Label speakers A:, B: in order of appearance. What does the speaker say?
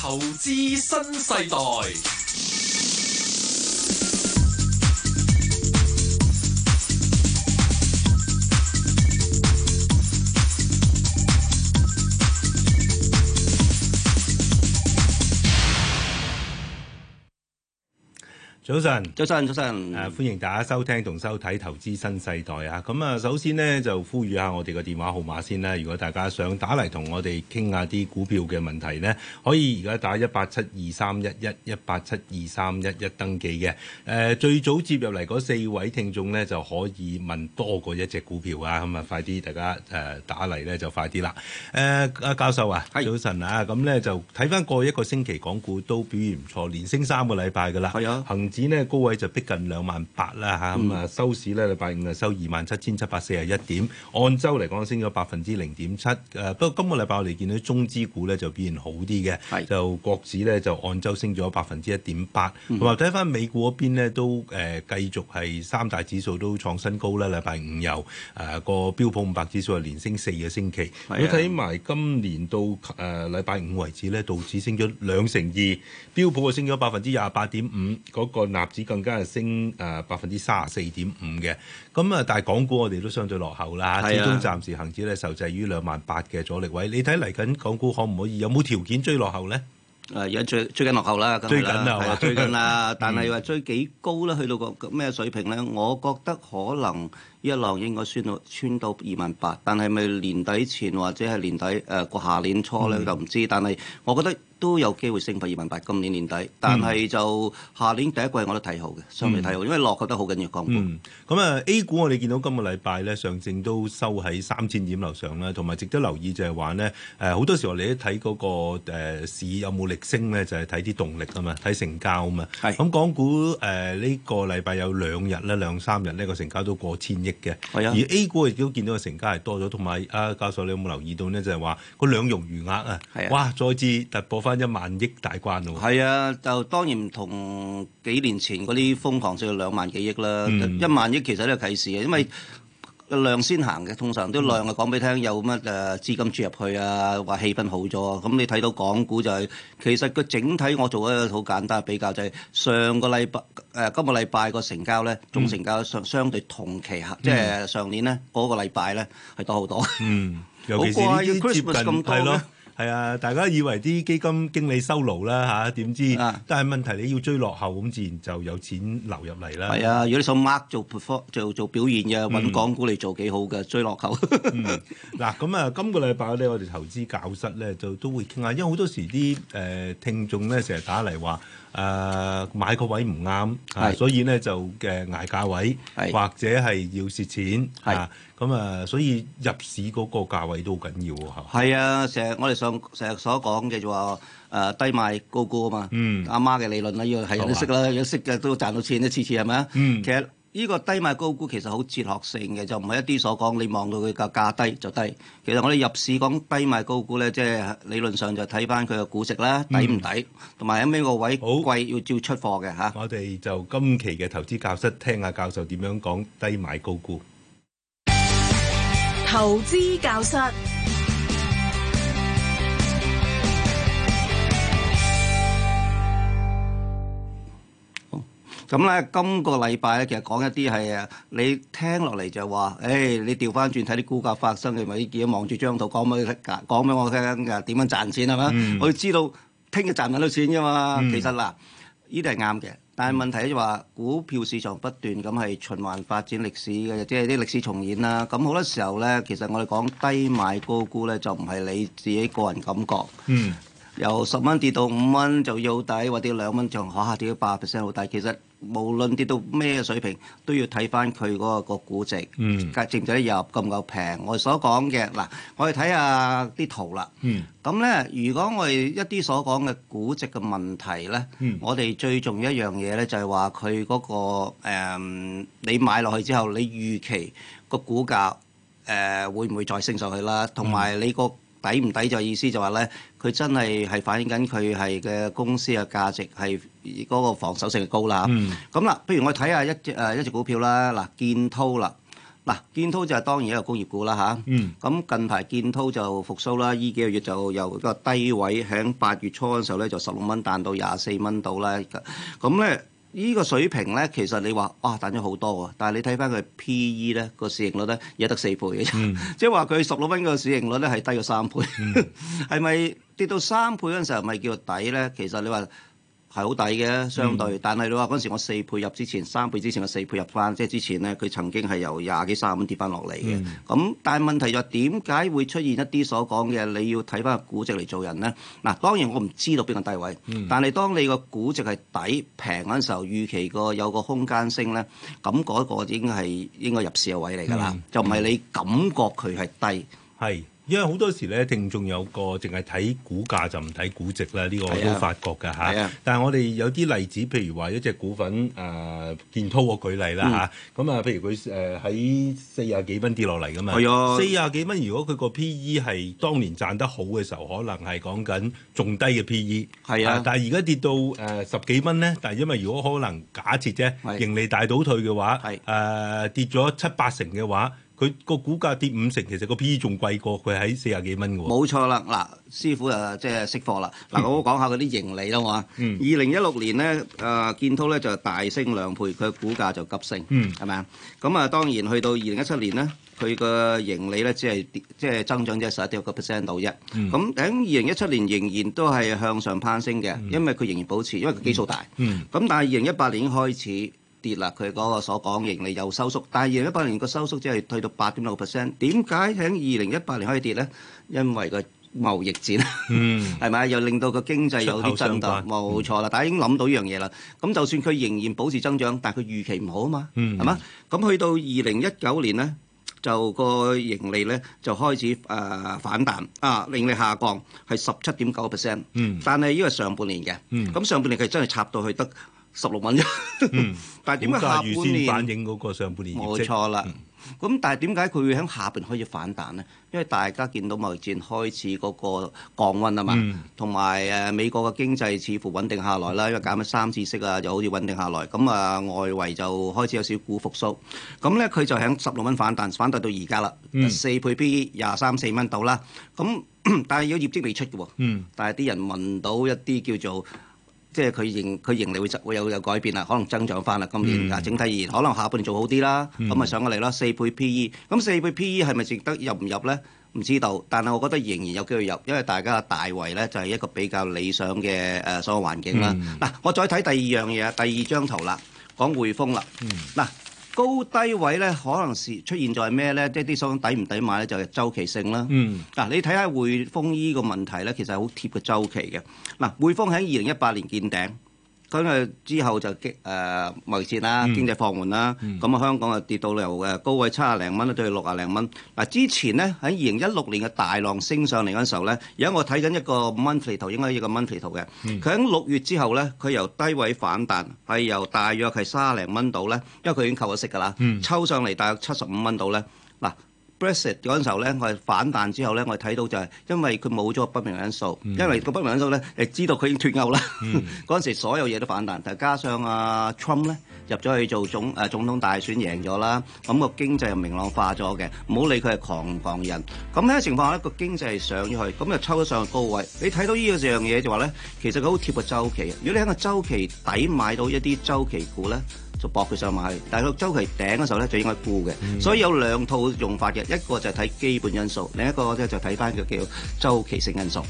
A: 投資新世代，
B: 早晨。
C: 早晨，早晨。
B: 誒、歡迎大家收聽同收睇《投資新世代》啊！咁啊，首先呢，就呼籲下我哋個電話號碼先啦。如果大家想打嚟同我哋傾下啲股票嘅問題呢，可以而家打一八七二三一一一八七二三一一登記嘅。誒、呃最早接入嚟嗰四位聽眾呢，就可以問多過一隻股票啊！咁啊，快啲大家誒、呃打嚟呢，就快啲啦。誒、阿教授啊，
C: 係
B: 早晨啊！咁呢，就睇翻過一個星期港股都表現唔錯，連升三個禮拜㗎啦。
C: 係啊
B: 恒指呢高位就逼近兩萬八啦嚇，咁啊收市呢，禮拜五啊收二萬七千七百四十一點，按周嚟講升咗百分之零點七。誒不過今個禮拜我哋見到中資股呢就表現好啲嘅，
C: 係
B: 就國指呢就按周升咗百分之一點八，同埋睇翻美股嗰邊呢都誒繼續係三大指數都創新高啦，禮拜五又誒個標普五百指數係連升四個星期。
C: 係啊
B: 如果睇埋今年到誒禮拜五為止咧，道指升咗兩成二，標普啊升咗百分之廿八點五，嗰個納指更加係升誒百分之三十四點五嘅。咁啊，但係港股我哋都相對落後啦，始
C: 係啊
B: 終暫時恒指咧受制於兩萬八嘅阻力位。你睇嚟緊港股可唔可以有冇條件追落後咧？
C: 誒呃而家追追緊落後啦，梗係啦
B: 追緊啦係
C: 係
B: 嘛
C: 啊，追緊啦。但係話追幾高咧？去到個個咩水平咧？我覺得可能一浪應該穿到穿到二萬八，但係咪年底前或者係年底誒過下年初咧就唔知。但係我覺得都有機會升破二萬八，今年年底。但係就下年第一季我都睇好嘅，相對睇好，因為落覺得好緊要港股。
B: 嗯，咁啊 A 股我哋見到今個禮拜咧上證都收喺三千點樓上啦，同埋值得留意就係話咧，誒、好多時候你一睇嗰個、誒市有冇力升咧，就係睇啲動力啊嘛，睇成交啊嘛。
C: 係
B: 咁港股誒呢、個禮拜有兩日咧兩三日呢個成交都過千億嘅，
C: 係啊
B: 而 A 股亦都見到個成交係多咗，同埋啊教授你有冇留意到呢？就係話個兩融餘額啊，
C: 係啊
B: 哇再次突破翻一萬億大關咯喎。
C: 係啊，就當然唔同幾年前嗰啲瘋狂升到兩萬幾億啦，
B: 嗯
C: 一萬億其實都係啟示嘅，因為。量先行嘅，通常都量啊講俾你聽，有乜誒資金注入去啊，話氣氛好咗啊，咁你睇到港股就係、其實個整體我做一個好簡單嘅比較，就係、上個禮拜誒、今個禮拜個成交咧，總成交相相對同期下，即係上年咧嗰、個禮拜咧係多好多。
B: 嗯，尤其是呢
C: 好怪啊
B: 啲接近
C: Christmas 咁多
B: 係咯
C: 咩。
B: 係啊，大家以為啲基金經理收爐啦嚇，點、知？
C: 啊
B: 但係問題你要追落後，咁自然就有錢流入嚟啦。
C: 係啊，如果你想 mark 做 perform 做做表現嘅，揾港股嚟做幾好嘅，追落後。
B: 嗯嗱，咁啊，今個禮拜咧，我哋投資教室咧就都會傾下，因為好多時啲誒、呃、聽眾咧成日打嚟話誒買個位唔啱，啊，
C: 係
B: 所以咧就嘅捱價位，
C: 係
B: 或者係要蝕錢，
C: 係
B: 啊，咁啊，所以入市嗰個價位都好緊要喎，係嘛
C: 係啊，成日我哋上成日所講嘅就話誒低賣高沽啊嘛，
B: 嗯啊
C: 阿媽嘅理論啦，呢個係人都識啦，有識嘅都賺到錢啦，次次係咪啊？
B: 嗯
C: 其實呢個低賣高沽其實好哲學性嘅，就唔係一啲所講你望到佢個價低就低。其實我哋入市講低賣高沽咧，即係理論上就睇翻佢嘅估值啦，抵唔抵，同埋喺咩個位
B: 好
C: 貴要照出貨嘅嚇。
B: 我哋就今期嘅投資教室聽下教授點樣講低買高估。
D: 投資教室，
C: 咁咧，今個禮拜咧，其實講一啲係誒，你聽落嚟就話，誒、你調翻轉睇啲股價發生嘅咪啲嘢，望住張圖講俾佢聽講俾我聽誒點樣賺錢係咪？我要知道聽日賺唔賺到錢㗎嘛。其實嗱，呢啲係啱嘅，但係問題就話股票市場不斷咁係循環發展歷史嘅，即係啲歷史重演啦。咁好多時候咧，其實我哋講低買高估咧，就唔係你自己個人感覺。
B: 嗯，
C: 由十蚊跌到五蚊就要底，或者兩蚊就嚇跌到八 percent 好低。其實無論跌到咩水平，都要睇翻佢嗰個個估值，
B: 嗯
C: 價值唔值得入，夠唔夠平。我哋所講嘅嗱，我哋睇下啲圖啦。
B: 嗯，
C: 咁咧，如果我哋一啲所講嘅估值嘅問題咧，
B: 嗯
C: 我哋最重要一樣嘢咧，就係話佢嗰個、誒你買落去之後，你預期個股價誒、會唔會再升上去啦？同埋你個抵唔抵就意思就話咧，佢真係係反映緊佢係嘅公司嘅價值係嗰個防守性係高啦。
B: 嗯
C: 咁啦，不如我睇下一隻誒、一隻股票啦，嗱建滔啦。嗱，建滔就係當然一個工業股啦吓，
B: 嗯
C: 咁近排建滔就復甦啦，依幾個月就由個低位喺八月初嘅時候咧，就十六蚊彈到廿四蚊到啦。咁咧呢個水平咧，其實你話哇彈咗好多喎，但係你睇翻佢 P E 咧個市盈率咧，而家得四倍嘅啫， 即係話佢十六蚊個市盈率咧係低咗三倍，係咪、跌到三倍嗰陣時候咪叫底咧？其實你話。係好抵嘅，相對。但係你話嗰陣時我四倍入之前，三倍之前我四倍入翻，即係之前咧佢曾經係由廿幾三十蚊跌翻落嚟嘅。咁、但係問題就係點解會出現一啲所講嘅你要睇翻個估值嚟做人咧？嗱，當然我唔知道邊個低位，但係當你個估值係底平嗰陣時候，預期個有個空間升咧，咁嗰個已經係應該入市嘅位嚟㗎啦，就唔係你感覺佢係低。
B: 係。因為好多時咧，聽眾有個淨係睇股價就唔睇估值啦，呢、個我
C: 係
B: 都
C: 啊
B: 發覺㗎嚇。
C: 係啊
B: 但係我哋有啲例子，譬如話一隻股份誒、啊建滔，我舉例
C: 嗯
B: 啦嚇。咁啊、譬如佢誒喺四廿幾蚊跌落嚟㗎嘛。
C: 係啊
B: 四廿幾蚊，如果佢個 P E 係當年賺得好嘅時候，可能係講緊仲低嘅 P E。
C: 係啊
B: 但係而家跌到誒、十幾蚊咧，但係因為如果可能假設啫，
C: 係
B: 盈利大倒退嘅話，
C: 係
B: 誒、呃跌咗七八成嘅話，佢個股價跌五成，其實個 P E 仲貴過佢喺四廿幾蚊嘅喎。
C: 冇錯啦，嗱，師傅誒即係識貨啦。嗱，我講下嗰啲盈利啦嘛。二
B: 嗯
C: 零一六年咧，誒建滔咧就大升兩倍，佢嘅股價就急升，
B: 嗯
C: 係咪啊？咁啊，當然去到二零一七年咧，佢嘅盈利咧只係跌即係增長只係十一點六個 percent 度啫。
B: 嗯
C: 咁喺二零一七年仍然都係向上攀升嘅，因為佢仍然保持，因為佢基數大。
B: 嗯
C: 咁 但係二零一八年已經開始跌啦，佢嗰個所講盈利又收縮，但係二零一八年個收縮只係退到八點六 percent。點解喺二零一八年可以跌咧？因為個貿易戰
B: 嗯，
C: 係咪又令到個經濟有
B: 出口
C: 啲震盪？
B: 相關
C: 冇錯啦，大家已經諗到呢樣嘢啦。咁就算佢仍然保持增長，但係佢預期唔好啊嘛，
B: 嗯
C: 係嘛？咁去到二零一九年咧。就個盈利咧就開始誒、呃反彈啊，盈利下降係十七點九 percent，
B: 嗯
C: 但係呢個係上半年嘅，咁、
B: 嗯
C: 上半年佢真係插到去得十六蚊啫，但 係點解
B: 股
C: 下
B: 價
C: 半
B: 預先
C: 年
B: 反映嗰個上半年業
C: 冇
B: 績。嗯
C: 錯啦？咁、但係點解佢會喺下邊開始反彈呢？因為大家見到貿易戰開始嗰個降温啊嘛
B: 嗯，
C: 同埋誒美國嘅經濟似乎穩定下來啦，因為減咗三次息啊，又好似穩定下來。咁啊，外圍就開始有少少股復甦。咁呢，佢就喺十六蚊反彈，反彈到而家
B: 嗯
C: 啦，四倍 P 廿三四蚊到啦。咁 但係有業績未出嘅喎。
B: 嗯
C: 但係啲人聞到一啲叫做即係佢盈佢盈利會會有有改變啦，可能增長翻啦。今年啊，整體而言，可能下半年做好啲啦，咁咪上咗嚟啦，四倍 P E。咁四倍 P E 係咪值得入唔入咧？唔知道，但係我覺得仍然有機會入，因為大家嘅大圍咧就係一個比較理想嘅誒所有環境啦。嗱、我再睇第二樣嘢啊，第二張圖啦，講匯豐啦。嗱、高低位咧，可能是出現在咩咧？即係啲所謂抵唔抵買咧，就係周期性啦。
B: 嗯
C: 嗱、你睇下匯豐依個問題咧，其實係好貼個周期嘅。嗱、匯豐喺二零一八年見頂，咁啊之後就激誒、呃、貿易戰啦，經濟放緩啦，咁啊、香港啊跌到由誒高位七啊零蚊到六啊零蚊。嗱、之前咧喺二零一六年嘅大浪升上嚟嗰陣時候咧，而家我睇緊一個 monthly 圖，應該係一個 monthly 圖嘅。佢喺六月之後咧，佢由低位反彈，係由大約係三啊零蚊到咧，因為佢已經扣咗息㗎啦，抽上嚟大約七十五蚊到咧。嗱，Brexit 嗰陣時候咧，我係反彈之後咧，我係睇到就係因為佢冇咗個不明因素，因為個不明因素咧，誒知道佢已經脱歐啦。
B: 嗯
C: 嗰陣、時所有嘢都反彈，但係加上啊 Trump 咧入咗去做總誒、呃、總統大選贏咗啦，咁、個經濟又明朗化咗嘅，唔好理佢係狂唔狂人。咁呢個情況下咧，個經濟係上咗去，咁就抽咗上去高位。你睇到呢樣嘢就話咧，其實佢好貼個周期嘅。如果你喺個周期底買到一啲周期股咧。就搏佢上埋去，但係到周期頂嘅時候咧，就應該沽嘅。所以有兩套用法嘅，一個就係睇基本因素，另一個咧就睇翻佢叫周期性因素。